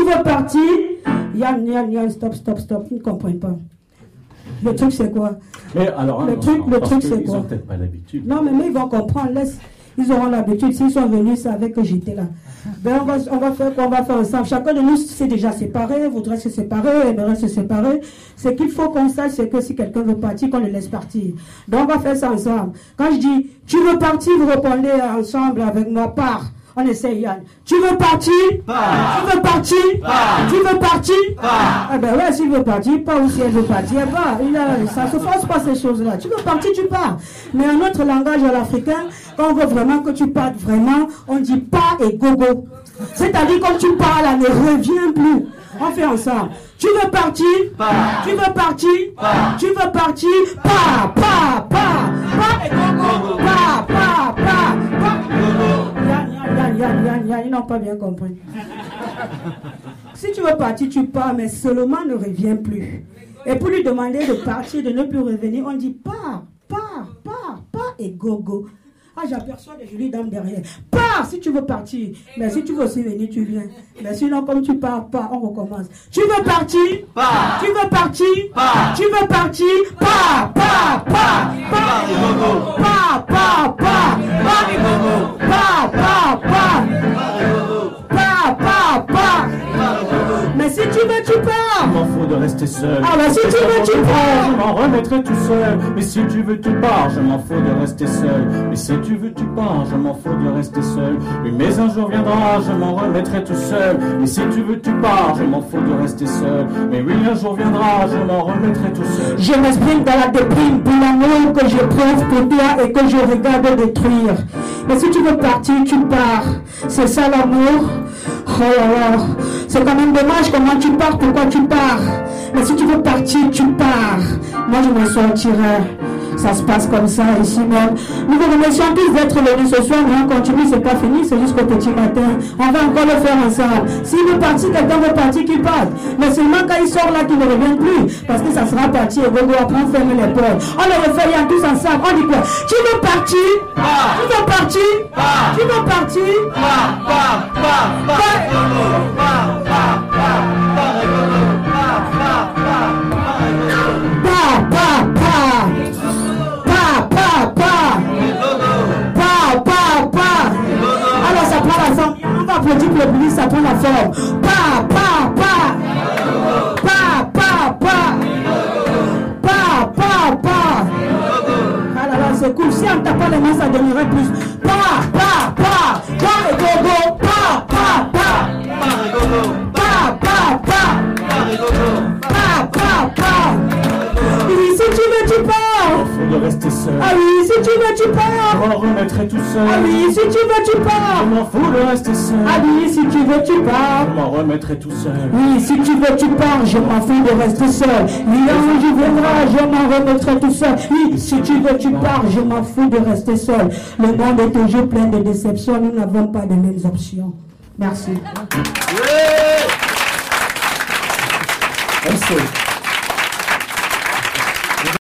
reparti. Yann, Yann, Yann, stop, stop, stop, ils ne comprennent pas. Le truc, c'est quoi Mais alors, Le attends, truc- attends, le parce truc, que c'est ils quoi ont peut-être pas l'habitude. Non, mais moi, ils vont comprendre. Laisse. Ils auront l'habitude. S'ils sont venus, ils savaient que j'étais là. Ben, on va, on va faire quoi On va faire ensemble. Chacun de nous s'est déjà séparé, voudrait se séparer, aimerait se séparer. Ce qu'il faut qu'on sache, c'est que si quelqu'un veut partir, qu'on le laisse partir. Donc, on va faire ça ensemble. Quand je dis, tu veux partir, vous répondez euh, ensemble avec moi, pars. On essaye, Yann. Tu veux partir Pars. Tu veux partir Pars. Tu veux partir Pars. Eh ben ouais, s'il veut partir, pas ou si elle veut partir, elle part. Il a- ça se force pas ces choses-là. Tu veux partir, tu pars. Mais un autre langage à l'africain, quand on veut vraiment que tu partes vraiment, on dit pas et gogo. C'est-à-dire quand tu pars là, ne reviens plus. On fait ensemble. Tu veux partir Pars. Tu veux partir Pars. Tu veux partir Pas, pas, pas. Pas et gogo. Pas, pas, pas. Yann, Yann, Yann, Yann, Yann, Yann, ils n'ont pas bien compris. Si tu veux partir, tu pars, mais seulement ne reviens plus. Et pour lui demander de partir, de ne plus revenir, on dit pars, pars, pars, pars et go, go. Ah, j'aperçois des jolies dames derrière. Pars si tu veux partir. Mais si tu veux aussi venir, tu viens. Mais sinon, comme tu pars pas, on recommence. Tu veux partir Pars. Tu veux partir Pars. Tu veux partir Pars, pars, pars, pars et go, go. Pars, pars, pars, pars et go, go. Pars, pars, pars, pars, pars, pars. Mais si tu veux, tu pars. Il m'en faut de rester seul. Ah bah, si Et tu veux, quand tu je pars. Je m'en remettrai tout seul. Mais si tu veux, tu pars. Je m'en fous de rester seul. Mais si tu veux, tu pars. Je m'en fous de rester seul. Oui, mais un jour viendra, je m'en remettrai tout seul. Mais si tu veux, tu pars. Je m'en fous de rester seul. Mais oui, un jour viendra, je m'en remettrai tout seul. Je m'exprime dans la déprime pour l'amour que je prouve pour toi et que je regarde détruire. Mais si tu veux partir, tu pars. C'est ça l'amour. Oh là là. C'est quand même dommage comment tu pars, pourquoi tu pars. Mais si tu veux partir, tu pars. Moi, je me sortirai. Ça se passe comme ça ici même. Nous vous remercions tous d'être venus ce soir, mais on continue, c'est pas fini, c'est jusqu'au petit matin. On va encore le faire ensemble. Si veut partir, quelqu'un veut partir, qu'il parte. Mais seulement quand il sort là, qu'il ne revienne plus. Parce que ça sera parti et Gogo après on ferme les portes. On le refait Yann, tous ensemble. On dit quoi Tu veux partir Pars. Tu veux partir Pars. Tu veux partir Pars, pars, pars, pars et gogo. Pars, pars, pars, pars et gogo. Pars, pars, pars, pars et gogo. Pa, pa, pa. Pa, pa, pa. Et gogo. Pa, pa, pa. Alors ça prend la forme. On va applaudir pour le public, ça prend la forme. Pa, pa, pa. Pa, pa, pa. Pa, pa, pa. Ah là là, c'est cool. Si on tape pas les mains, ça donnerait plus. Pa, pa, pa. Pa et gogo. Pa, pa, pa. Pars et gogo. Pa, pa, pa. Pars et gogo. Pa, pa, pa. Oui, si tu veux, tu pars. Je m'en fous de rester seul. Ah oui, si tu veux, tu Je pars. m'en remettrai tout seul. Ah oui, si tu veux, tu pars. Je m'en fous de rester seul. Ah oui, si tu veux, tu Je pars. m'en remettrai tout seul. Oui, si tu veux, tu pars. Je m'en fous de rester seul. Oui, un jour, je viendrai, je m'en remettrai tout seul. Oui, si tu veux, tu pars. Je m'en fous de rester seul. Le monde est toujours plein de déceptions. Nous n'avons pas les mêmes options. Merci. Ouais. Merci.